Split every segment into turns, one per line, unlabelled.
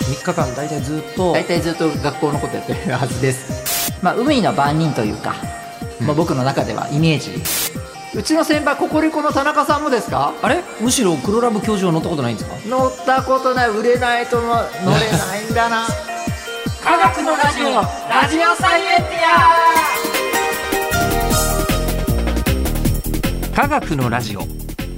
4日間大体ずっと
大体ずっと学校のことやってるはずです、まあ、海の番人というか、まあ、僕の中ではイメージ、うちの先輩ココリコの田中さんもですか
あれむしろ黒ラブ教授は乗ったことないんですか
乗ったことない売れないとも乗れないんだな 科学のラジオラジオサイエンティ
科学のラジオ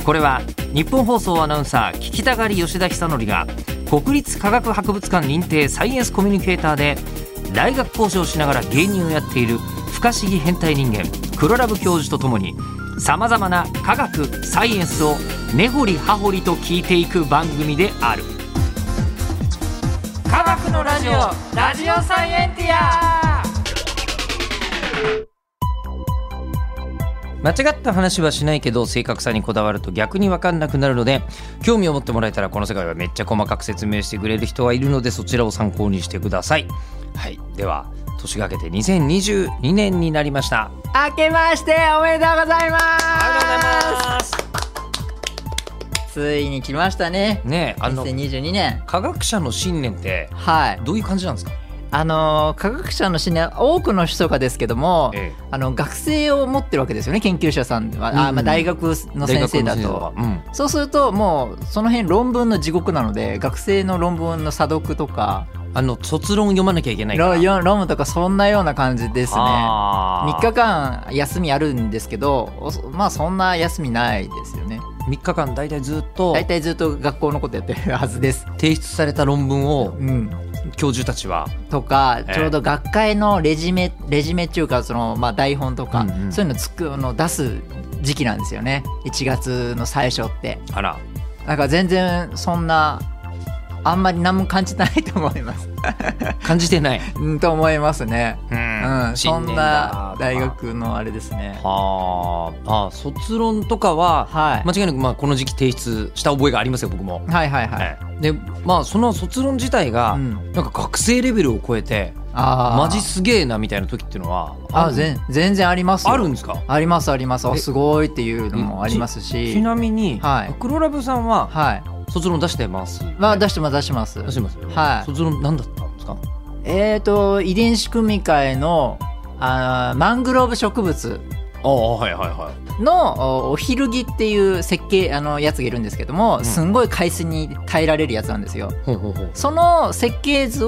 これは日本放送アナウンサー聞きたがり吉田久典が国立科学博物館認定サイエンスコミュニケーターで大学講師をしながら芸人をやっている不可思議変態人間黒ラブ教授とともにさまざまな科学サイエンスを根掘り葉掘りと聞いていく番組である
ア科学のラジオラジオサイエンティア
間違った話はしないけど正確さにこだわると逆に分かんなくなるので興味を持ってもらえたらこの世界はめっちゃ細かく説明してくれる人がいるのでそちらを参考にしてください、はい、では年が明けて2022年になりました
明けましておめでとうございますついに来ましたね
ねえあの
2022年
科学者の信念って
はい
どういう感じなんですか、
あのー科学者の信念多くの人がですけども、
ええ
あの学生を持ってるわけですよね研究者さんは、
うんうん
あまあ、大学の先生だ
大学の先生は
と。
うん
そうするともうその辺論文の地獄なので学生の論文の査読とか
あの卒論読まなきゃいけないから
論論文とかそんなような感じですね3
あー
日間休みあるんですけどおそまあそんな休みないですよね
3日間大体ずっと
大体ずっと学校のことやってるはずです、
提出された論文を
うん、
教授たちは
とか、
ええ
ちょうど学会のレジュメレジュメっていうかその、まあ、台本とか、
うんうん
そういうのつくの出す時期なんですよね1月の最初って
あら
なんか全然そんなあんまり何も感じないと思います
感じてない
うんと思いますね
う
うん、そ
新
ん
年だ
な大学のあれですね
あーあー卒論とかは、
はい、
間違いなくまあこの時期提出した覚えがありますよ僕も、
はいはいはい
はいでまあその卒論自体が、
うん
なんか学生レベルを超えて
あー
マジすげえなみたいな時っていうのは
あ
る
全全然ありますよ
あるんですか
ありますありますあ
え
すごいっていうのもあります
ち
し
なみに、
はい
黒ラブさんは
はい
卒論出してます、
まあ出してます出してます
出してますよね
はい
卒論何だったんですか
えー、と遺伝子組み換えのあーマングローブ植物
ああはいはいはい
のおおひるぎっていう設計あのやつがいるんですけども、
ん
すんごい海水に耐えられるやつなんですよ
ほうほうほう
その設計図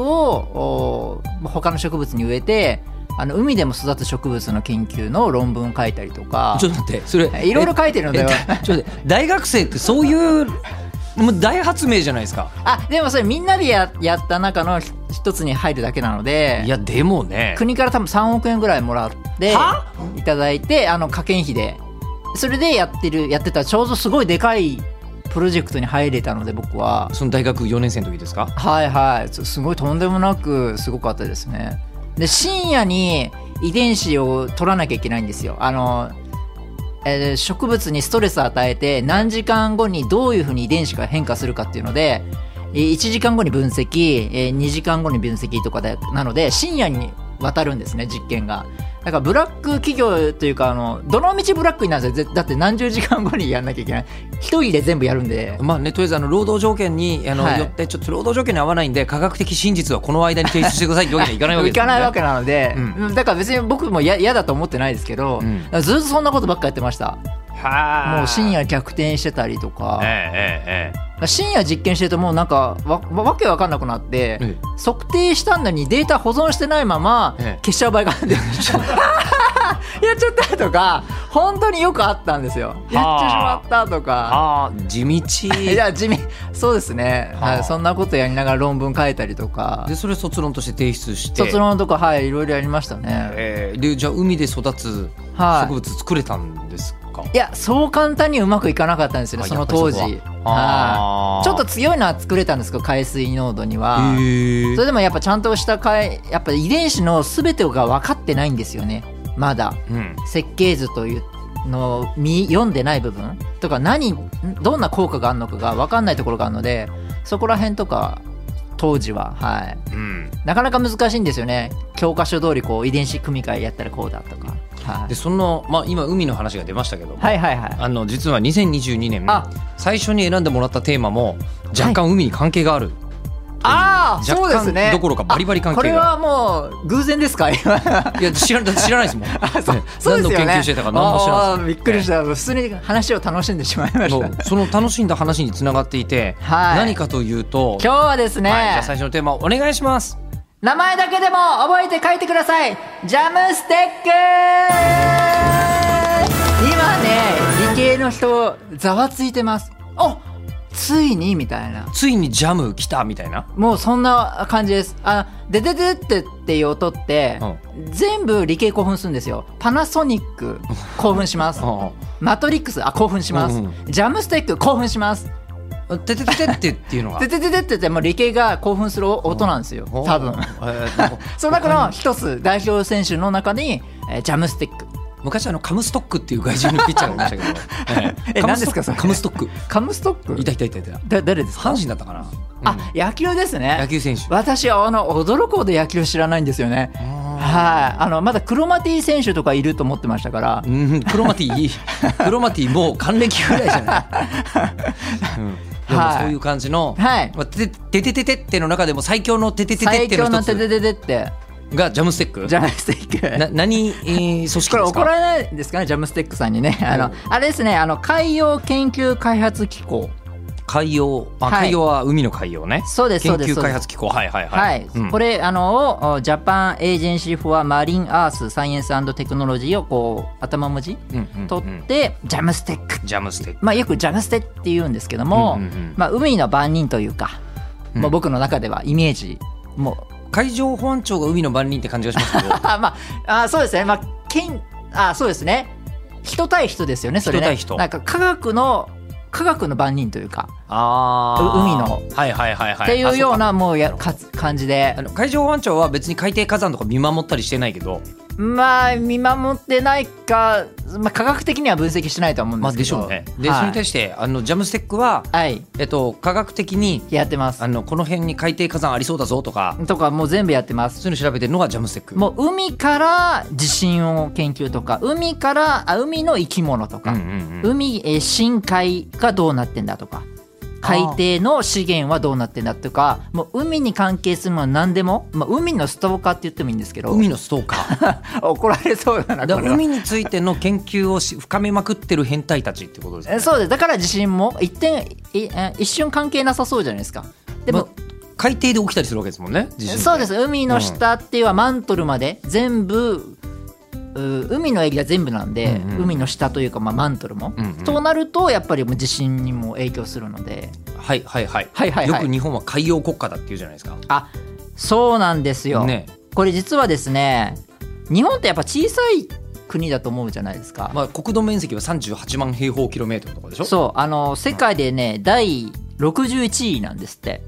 をお他の植物に植えてあの海でも育つ植物の研究の論文を書いたりとか
ちょっと待ってそれ
いろいろ書いてるの
え
では
え ちょっと待って大学生ってそういうもう大発明じゃないですか
あでもそれみんなでややった中のひ一つに入るだけなので
いやでもね
国から多分3億円ぐらいもらって
はい
ただいてあの科研費でそれでやってるやってたちょうどすごいでかいプロジェクトに入れたので僕は
その大学4年生の時ですか
はいはいすすごいとんでもなくすごかったですねで深夜に遺伝子を取らなきゃいけないんですよあの、えー植物にストレスを与えて何時間後にどういうふうに遺伝子が変化するかっていうのでえー1時間後に分析えー2時間後に分析とかでなので深夜に渡るんですね実験がだからブラック企業というかあのどの道ブラックになるんですよぜだって何十時間後にやんなきゃいけない一人で全部やるんで
まあね、とりあえずあの労働条件にあの、
はい
よってちょっと労働条件に合わないんで科学的真実はこの間に提出してくださいってわけにはいかないわけ
行
ですよ
か
ね。
ないわけなので、
う
うんだから別に僕もや嫌だと思ってないですけど、
うん
ずっとそんなことばっかやってました
はあ
もう深夜逆転してたりとか、
ええ
深夜実験してるともうなんかわわわけわかんなくなって、
えええ
測定したのにデータ保存してないまま
ええ
消しちゃう場合があって、 やっちゃったとか本当によくあったんですよやっちゃしまったと
え
か。
ああ地道
いや地味そうですね、
はあ
はい、そんなことやりながら論文書いたりとか
でそれ卒論として提出して
卒論とかはいいろいろやりましたね、
ええでじゃあ海で育つ
はい
植物作れたんですか、
いやそう簡単にうまくいかなかったんですよね
あ
その当時
やっぱりそこはあー
はいちょっと強いのは作れたんですけど海水濃度には
へえ
それでもやっぱちゃんとした海やっぱ遺伝子の全てが分かってないんですよねまだ
うん
設計図というのを見読んでない部分とか何どんな効果があるのかが分かんないところがあるのでそこら辺とか当時ははい
うん
なかなか難しいんですよね教科書通りこう遺伝子組み換えやったらこうだとか、はい
で、その、まあ、今海の話が出ましたけども、
はいはいはい
あの実は2022年
あ
最初に選んでもらったテーマも若干海に関係があるという
ああそうですね
若干どころかバリバリ関係が
あこれはもう偶然ですか 今
いや知らない知らないですもんね
そ
何
うですよね
の研究してたか何も知らない
あーびっくりした、普通に話を楽しんでしまいました
そ
今
うその楽しんだ話につながっていて、
はい
何かというと
日はですね、
はい、じゃあ最初のテーマお願いします
名前だけでも覚えて書いてくださいジャムステック今ね理系の人ざわついてますおついにみたいな
ついにジャム来たみたいな
もうそんな感じですあでででってっていう音って、全部理系興奮するんですよパナソニック興奮し ます
あ
マトリックスあ興奮します、
うん
ジャムステック興奮します
あててててってっていうのが
でででで ってってもう理系が興奮する音なんですよ
おー
多分
えーなんか
その中の一つ代表選手の中に、えージャムスティック
昔あのカムストックっていう外人のピッチャーがいましたけど、
え
カム
何
スト
です
ック
かそれ
カムストック
カムストック
いたいたいたいた
だ誰ですか
阪神だったかな、うん
あ野球です
野
ね
球選手
私あの驚くほど野球知らないんですよねはいあのまだクロマティ選手とかいると思ってましたから
うんクロマテ ィクロマティもう還暦ぐらいじゃない、うんでも
はい
そういう感じの、
はい
まあてててててっての中でも最強のててててっ
最
ての
強
一
のテ
つ
テテテって
がジャムステック
ジャムスティ ック
な何、えー組織です
これ
か
怒られないですかねジャムスティックさんにねあの、あれですねあの海洋研究開発機構
海洋あ、
はい
海洋は海の海洋ね
そうです
研
そうです
究
そうで
開
す
発機構はいはいは、
はいい、
うん
これあのをジャパンエージェンシー・フォア・マリン・アース・サイエンス・テクノロジーをこう頭文字
うんうんうん
取って、ジャムステック、
ジャムステック
まあ、よくジャムステって言うんですけども、
うんうんうん
まあ、海の番人というか、
うん
まあ、僕の中ではイメージもう
海上保安庁が海の番人って感じがしますけ ど
あまああそうですねまあ県あそうですね人対人ですよねそれ
人
ね
対人
なんか科学の科学の番人というか、
あ
ー
ーはいはいはいはい
っていうよう
あ
なもうや
なる
か感じで
そうかあの海上保安庁は別に海底火山とか見守ったりしてないけど
まあ見守ってないか、まあ、科学的には分析してないとは思うん
まあ
です
で
け
し
ど、
ょうねで、
はい
それに対してあのジャムステックは
はい
えっと科学的に
やってます
あのこの辺に海底火山ありそうだぞとか
とかもう全部やってます
そういうの調べてるのがジャムステック
もう海から地震を研究とか海からあ海の生き物とか、
うんうんうん
海、えー深海がどうなってんだとか海底の資源はどうなってんだとかもう海に関係するものは何でも、まあ、海のストーカーって言ってもいいんですけど
海のストーカ ー
怒られそうだな
だか
これ
ら
は
海についての研究をし深めまくってる変態たちってことですよ
え
ね
そうですだから地震も一点いえ一瞬関係なさそうじゃないですかでも、
ま海底で起きたりするわけですもんね地震って
そうです海の下っていうのはマントルまで全部、う海のエリア全部なんで、
うんうん
海の下というか、まあ、マントルも、
うんうん
となるとやっぱりもう地震にも影響するので
はいはいはい
はいはいはい
よく日本は海洋国家だっていうじゃないですか
あそうなんですよ、
ね
これ実はですね日本ってやっぱ小さい国だと思うじゃないですか、
まあ国土面積は38万平方キロメートルとかでしょ
そうあの世界でね、第61位なんですって、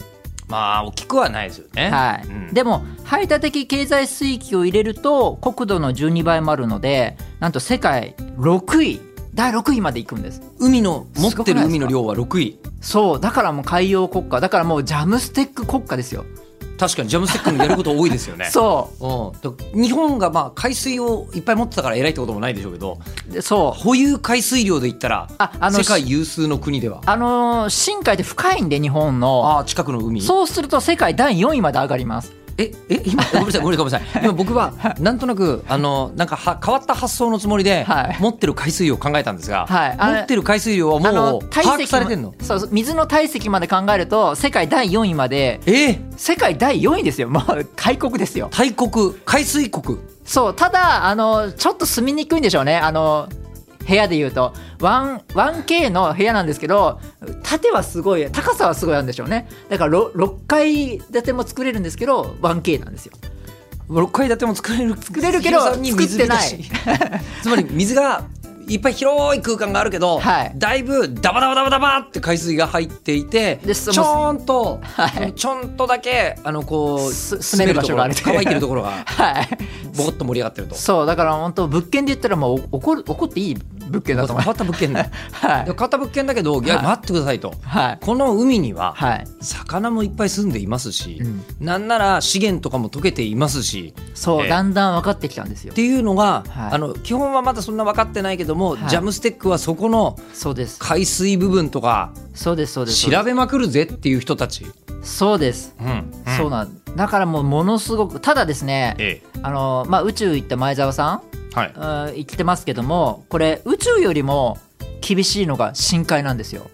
まあ大きくはないですよね
はい
うん
でも排他的経済水域を入れると国土の12倍もあるのでなんと世界6位第6位まで行くんです
海の持
す
っ
ごく
て
な
る
いです
海
か
の量は6位
そうだからもう海洋国家だからもうジャムステック国家ですよ、
確かにジャムステックのやること多いですよね
そ
うんだから日本がまあ海水をいっぱい持ってたから偉いってこともないでしょうけど
うでそう
保有海水量で言ったら
ああの
世界有数の国では
あのー深海って深いんで日本の
ああ近くの海
そうすると世界第4位まで上がります
ええ今ごめん なさいごめんなさい今僕はなんとなくあのなんかは変わった発想のつもりで、
はい
持ってる海水量を考えたんですが、
はいあれ
持ってる海水量は
あ
も
の
う把握されてん
ま
の
そうそう水の体積まで考えると世界第4位まで
えー
世界第4位ですよまあ大国ですよ
大国海水国
そうただあのちょっと住みにくいんでしょうねあの部屋で言うと 1- 1K の部屋なんですけど縦はすごい高さはすごいなんでしょうねだから 6, 階建ても作れるんですけど 1K なんですよ
6階建ても作れる作
れるけど作
つまり水がいっぱい広い空間があるけど、
はい
だいぶダバダバダバダバって海水が入っていて
で
ち
その
ょんと、
はい
ちょんとだけあのこう
す住める場所がある
滑ところ乾いてるところ が
はい
ボコッと盛り上がってると
そうだから本当物件で言ったらもう怒る怒っていい物件だ
変
と思いま
わった物件だ
す は
で
い
買った物件だけど、いや
はい
待ってくださいと、
はい
この海には
はい
魚もいっぱい住んでいますし、
うん
なんなら資源とかも溶けていますしっ
そう、
ええ
だんだん分かってきたんですよ
ていうのが、
はい
あの基本はまだそんな分かってないけども、
はい
ジャムステックはそこの
そうです
海水部分とか
そうですそうですそうです
調べまくるぜっていう人たち、
そうです
うん
そうなんだからもうものすごくただですね
え
あの、まあ、宇宙行った前澤さん
えは
う
い
ん生きてますけどもこれ宇宙よりも厳しいのが深海なんですよ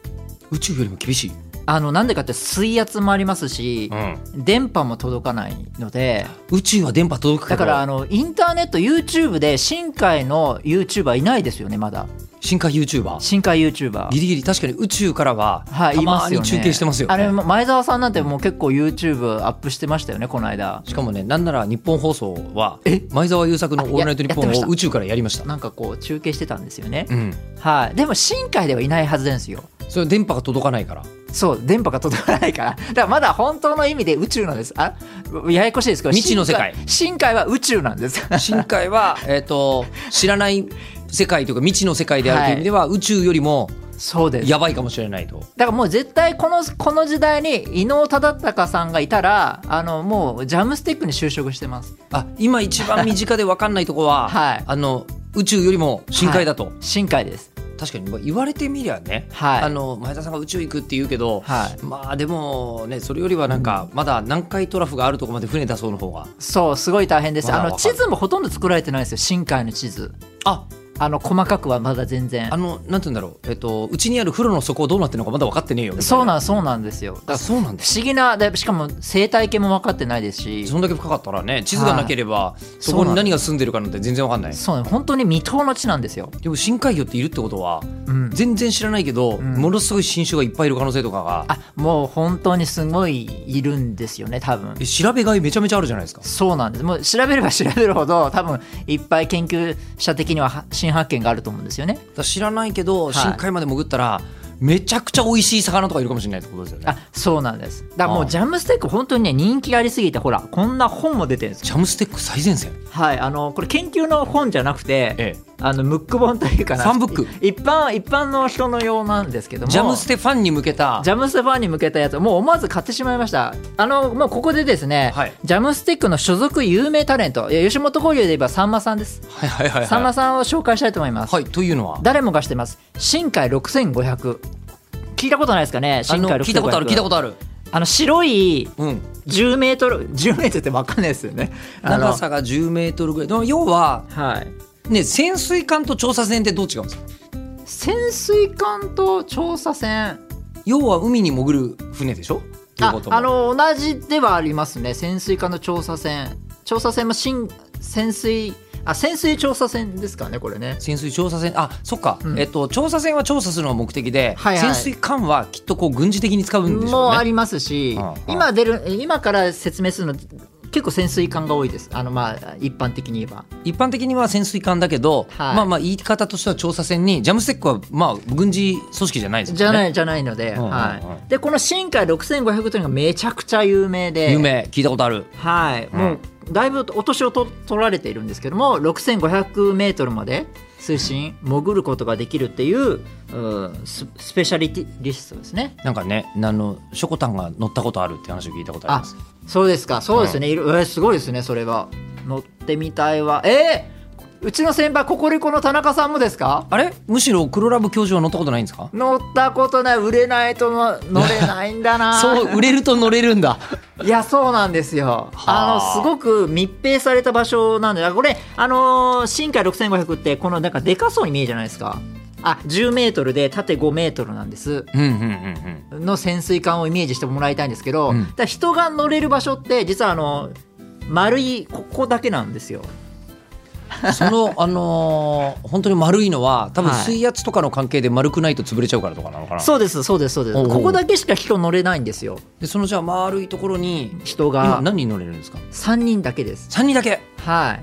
宇宙よりも厳しい
あのなんでかって水圧もありますし
う、ん
電波も届かないので
宇宙は電波届くけ
だ
ど
からあのインターネット YouTube で深海の YouTuber いないですよねまだ
深海 YouTuber
深海 YouTuber
ギリギリ確かに宇宙からはた
はいいま
ます
よ
に
ね
中継してますよね
あれ前澤さんなんてもう結構 YouTube アップしてましたよねこの間
しかもねなんなら日本放送は
え
前澤友作の「
あ
オールナイトニッポン」
ややっ
を
てました
宇宙からやりました
なんかこう中継してたんですよね
うん
はいでも深海ではいないはずですよ
それ電波が届かない から
そう電波が届かないからだからまだ本当の意味で宇宙なんですあややこしいですけど
未知の世界
深海深海は宇宙な んです
深海はえーと知らない世界というか未知の世界であるという意味では宇宙よりも
そうです
やばいかもしれないと
だからもう絶対このこの時代に伊能忠敬さんがいたらあのもうジャムスティックに就職してます
あ今一番身近で分かんないとこは、
はい
あの宇宙よりも深海だと、
深海です
確かにまあ言われてみりゃね、
はい
あの前田さんが宇宙行くって言うけど、
はい
まあでもねそれよりはなんかまだ南海トラフがあるとこまで船出そうの方が
そうすごい大変です
まだわ
あの
かん
地図もほとんど作られてないですよ深海の地図
あ
あの細かくはまだ全然
あのなんて言うんだろうえっとうちにある風呂の底どうなってるのかまだ分かってねえよみたいな
そうなんそうなんですよ
あそうなんで
不
す
思議なでしかも生態系も分かってないですし
そんだけ深かったらね地図がなければ、そこ
そうな
に
ん
何が
です
住んでるかなんて全然分かんない
そうね本当に未踏の地なんですよ、
でも深海魚っているってことは
うん、
全然知らないけど、
ん
ものすごい新種がいっぱいいる可能性とかが
あもう本当にすごいいるんですよね多分
え調べがいめちゃめちゃあるじゃないですか
そうなんですもう調べれば調べるほど多分いっぱい研究者的にはは新発見があると思うんですよね
だから知らないけど
い
深海まで潜ったら、めちゃくちゃ美味しい魚とかいるかもしれないってことですよね
あそうなんですだからも
あ
う
あ
ジャムステック本当にね人気ありすぎてほらこんな本も出てるんです
ジ
よ
ャムステック最前線
はいあのこれ研究の本じゃなくて、
ええ
あのムック本というかな
ファンブック
い一般一般の人の用なんですけども
ジャムステファンに向けた
ジャムステファンに向けたやつもう思わず買ってしまいましたあのもうここでですね、
はい
ジャムスティックの所属有名タレントいや吉本興業で言えばさんまさんです、
はいはいはい
さん
は
まさんを紹介したいと思います、
い、はい、というのは
誰もがしてます深海6500聞いたことないですかね
あ
深
の
海6500
聞いたことある聞いたことある
あの白い
うん
10メートル10メートルってわかんないですよねあの
長さが10メートルぐらいでも要は
はい
ね潜水艦と調査船ってどう違うんですか
潜水艦と調査船
要は海に潜る船でしょ両
あ
方とも
あの同じではありますね潜水艦の調査船調査船も新潜水あ潜水調査船ですかねこれね
潜水調査船あそっか、
うん
えっと、調査船は調査するのが目的で、
はいはい
潜水艦はきっとこう軍事的に使うんでしょ
もう
う
あ
ね
りますし、
うんうん
今出る今から説明するの結構潜水艦が多いですあのまあ一般的に言えば
一般的には潜水艦だけど、
はい
まあまあ言い方としては調査船にジャムステックはまあ軍事組織じゃないですよね
じゃないじゃないの
う
で、
んうんうん
はい、でこの深海6500というのがめちゃくちゃ有名で
有名聞いたことある
はい、もうだいぶお年をと取られているんですけども6500メートルまで水深潜ることができるっていう、うんススペシャリティリストですね
なんかねあのショコタンが乗ったことあるって話を聞いたことあり
あ
ます
そうですかそうですね、いろえーすごいですねそれは乗ってみたいわえー、うちの先輩ココリコの田中さんもですか
あれむしろ黒ラブ教授は乗ったことないんですか
乗ったことない売れないとの乗れないんだ な
そう売れると乗れるん だ
いやそうなんですよ。
は
あ
あ
のすごく密閉された場所なんで、あこれあのー深海6500ってこのなんかでかそうに見えるじゃないですか。あ10メートルで縦5メートルなんです
うんうんうんうん
の潜水艦をイメージしてもらいたいんですけど、
うん
だから人が乗れる場所って実はあの丸いここだけなんですよ。
その、あのー本当に丸いのは多分
はい
水圧とかの関係で丸くないと潰れちゃうからとかなのかな、
そうですそうですそうです。
おうおう
ここだけしか人乗れないんですよ。
でそのじゃあ丸いところに
人
今
が
何人乗れるんですか
3人だけです。
3人だけ
は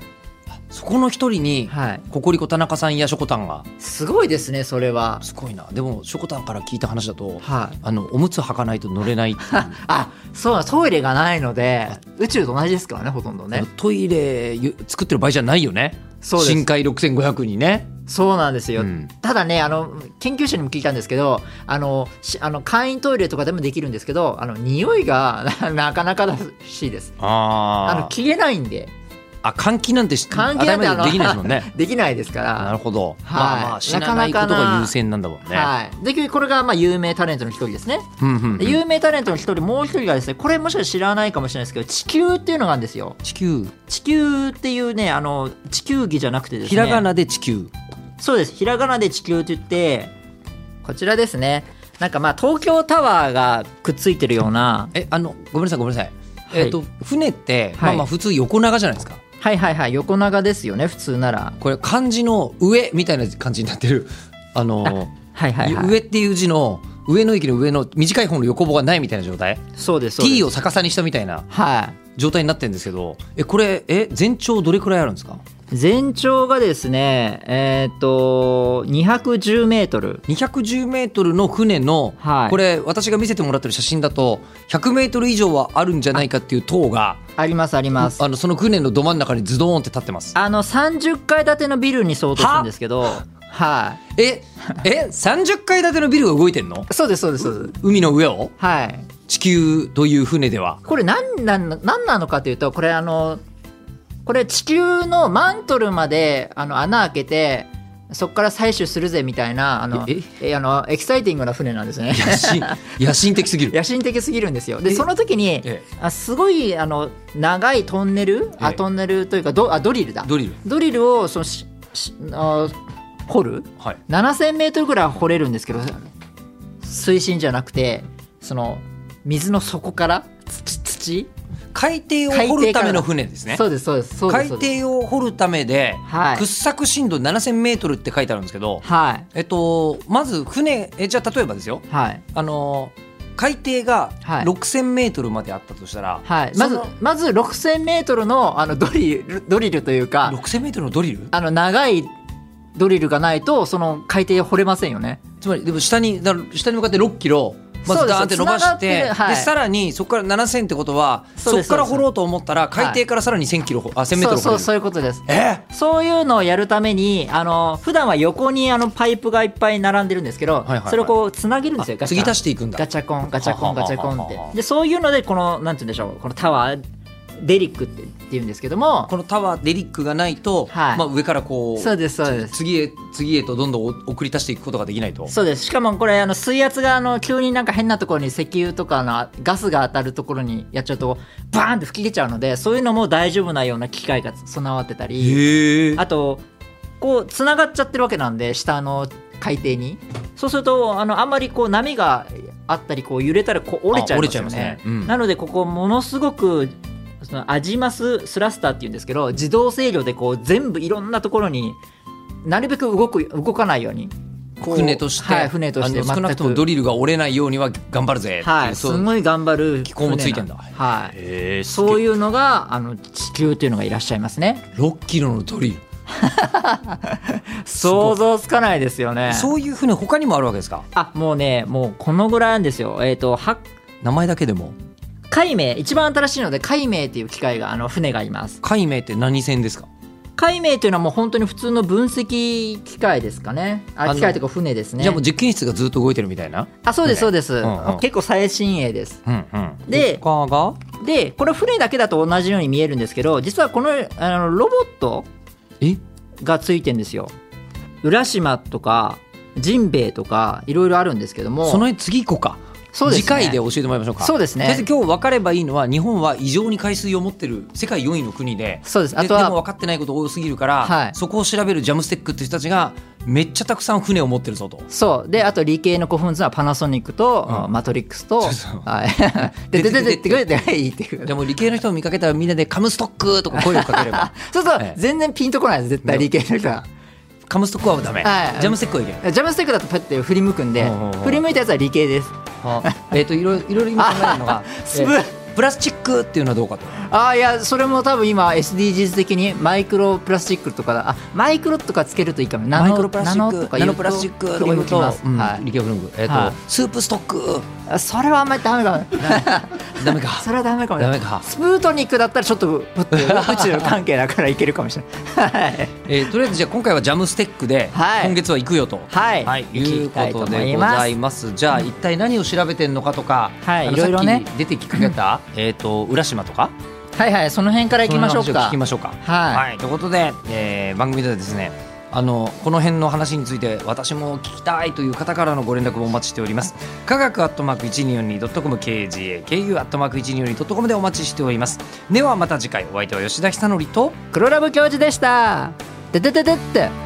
そこの一人に
いはい。
ココリコ田中さんやショコタンが
すごいですねそれは。
すごいなでもショコタンから聞いた話だと
はい。
あのおむつ履かないと乗れない っていう
あそうだトイレがないので宇宙と同じですからねほとんどね
トイレゆ作ってる場合じゃないよね
そうです
深海6500にね、
そうなんですよ、
うん
ただねあの研究者にも聞いたんですけどあのしあの簡易トイレとかでもできるんですけ どあの匂いがななかなかだしいですあの
あ
消えないんで
あ換気なんてし
換気なんて
当たり前だけどできないで
あの
すもんね
できないですから
なるほど、
はい
まあまあ死なないことが優先なんだもんね
はい、でこれがまあ有名タレントの一人ですね、
うんうんうん
で有名タレントの一人もう一人がですねこれもしかして知らないかもしれないですけど地球っていうのがあるんですよ
地球
地球っていうねあの地球儀じゃなくてですね
ひらがなで地球
そうですひらがなで地球って言ってこちらですねなんかまあ東京タワーがくっついてるような
えあのごめんなさいごめんなさい、
い
えっ、と船って、ま
は
あ
い
まあ普通横長じゃないですか
はいはいはい横長ですよね普通なら
これ漢字の上みたいな感じになってるあの
はいはいはい
上っていう字の上の駅の上の短い方の横棒がないみたいな状態
そうですそうです
T を逆さにしたみたいな
はい
状態になってるんですけどえこれえ全長どれくらいあるんですか
全長がですねえっ、と210メートル
210メートルの船の、
はい
これ私が見せてもらってる写真だと100メートル以上はあるんじゃないかっていう塔が
ありますあり
あ
ます
のその船のど真ん中にズドーンって立ってます
あの30階建てのビルに相当するんですけどは
ええ30階建てのビルが動いてんの
いそうですそうですそうです
海の上を
はい
地球という船では
これ何なん何なのかというとこれあのこれ地球のマントルまであの穴開けてそこから採取するぜみたいなあの
え
えあのエキサイティングな船なんですね
野心野心的す ぎる
野心的すぎるんですよで
え
その時に
ええ
あすごいあの長いトンネル
え
あ
え
トンネルというかドあドリルだ
ドリル
ドリルをそのししあ掘る
はい
7000メートルぐらいは掘れるんですけど水深じゃなくてその水の底から土土
海底を掘るための船ですね
そうですそうですそうで
海
すそうです
底を掘るためで
はい
掘削深度7000メートルって書いてあるんですけど、
はい
えっとまず船えじゃあ例えばですよ
はい
あのー海底が
はい
6000メートルまであったとしたら、
はい
そ
まず
の
まず6000メートルのあのドリルドリルというか
6000メートルのドリル
あの長いドリルがないとその海底掘れませんよね
つまりでも下にだから下に向かって6キロまず
そうです
ダーンって伸ばして
繋
で
がってるはい
さらにそこから7000ってことはそ
そうで
こ
す
から
そ
掘
うです
ろうと思ったら海底からさらに1000キロ、あ1000メート
そう
ル掘れる
そうそういうことです
え
そういうのをやるためにあの普段は横にあのパイプがいっぱい並んでるんですけ
い
ど、
はいはい
それをこうつなげるんですよ
あ
ガチャ
継ぎ足していくんだ
ガチャコンガチャコンガチャコン
は
っ
はははは
てでそういうのでこのなんて言うんでしょうこのタワーデリックってっていうんですけども
このタワーデリックがないと、
はい
まあ、上からこう
そうですそうです
次へ次へとどんどん送り足していくことができないと
そうですしかもこれあの水圧があの急になんか変なところに石油とかのガスが当たるところにやっちゃうとバーンって吹き出ちゃうのでそういうのも大丈夫なような機械が備わってたり
へえ
あとこうつながっちゃってるわけなんで下の海底にそうするとあのあんまりこう波があったりこう揺れたらこう折れちゃい
あ折れ
ますよね
ちゃいますねうん
なのでここものすごくそのアジマススラスターっていうんですけど自動制御でこう全部いろんなところになるべく動く動かないようにこう
船として,、
はい、船として
あの少なくとも
全
ドリルが折れないようには頑張るぜっていう、
はい、す
そう
ごい頑張る
機構もついてんだ
船なんはい
へえ
そう
う
いうのがあの地球というのがいらっしゃいますね
6キロのドリル
想像つかないですよね
そういう船他にもあるわけですか
あもうねもうこのぐらいなんですよえっ、とは
名前だけでも
海明一番新しいので海明っていう機械があの船がいます
海名って何船ですか
海明っていうのはもう本当に普通の分析機械ですかね
あ
あ
の
機械というか船ですね
じゃあもう実験室がずっと動いてるみたいな
あそうですそうです、
んうん
結構最新鋭です
うんうん
で
他が
でこれ船だけだと同じように見えるんですけど実はこのあのロボット
え
がついてんですよ浦島とかジンベエとかいろいろあるんですけども
その辺次行こうか
そうですね
次回で教えてもらいましょうか
そうですね
先生今日分かればいいのは日本は異常に海水を持ってる世界4位の国で
そうですあ
で
とは
でも分かってないこと多すぎるから、
はい
そこを調べるジャムステックって人たちがめっちゃたくさん船を持ってるぞ と
そうであと理系の古墳図はパナソニックと、
うん
マトリックスとはいででででででででいいっていう
でも理系の人を見かけたらみんなで「カムストック!」とか声をかけれ ば
そうそう、
ええ
全然ピンとこないです絶対
ね
理系の人は
カムストックはダメ、
はい
ジャムステックはいけない
ジャムステックだとパッて振り向くんで
ほうほうほう
振り向いたやつは理系です
えっ、といろいろいろいろ今考えるのが
すごい
えープラスチックっていうのはどうかと
ああいやそれも多分今 SDGs 的にマイクロプラスチックとかだあマイクロとかつけるといいかもナノ
マイクロプラスチッ
ナノと
ク
か
ナ
言う
ノ
と
プラスチックと
振
か
り
言
向
う
き
と
ます、
うん
はい
理系フロング、えーと
はい
スープストック
あそれはあんまりダメかも
ダメか
それはダメかも
ダメか
スプートニックだったらちょっとプッて宇宙関係だからいけるかもしれない はい
えーとりあえずじゃあ今回はジャムステックで、
はい
今月はいくよと。
はい、
はい、いうことでございます。じゃあ一体何を調べてんのかとか、
はい
あの
いろいろね
さっき出てきかけた、えっと浦島とか、
はいはいその辺からいきましょう
その話を
か
聞きましょうか。
はい
はい、ということで、えー番組ではですねあのこの辺の話について私も聞きたいという方からのご連絡もお待ちしております科学アットマーク 1242.com KGAKU アットマーク 1242.com でお待ちしておりますではまた次回お相手は吉田久典と
黒ラブ教授でしたででででって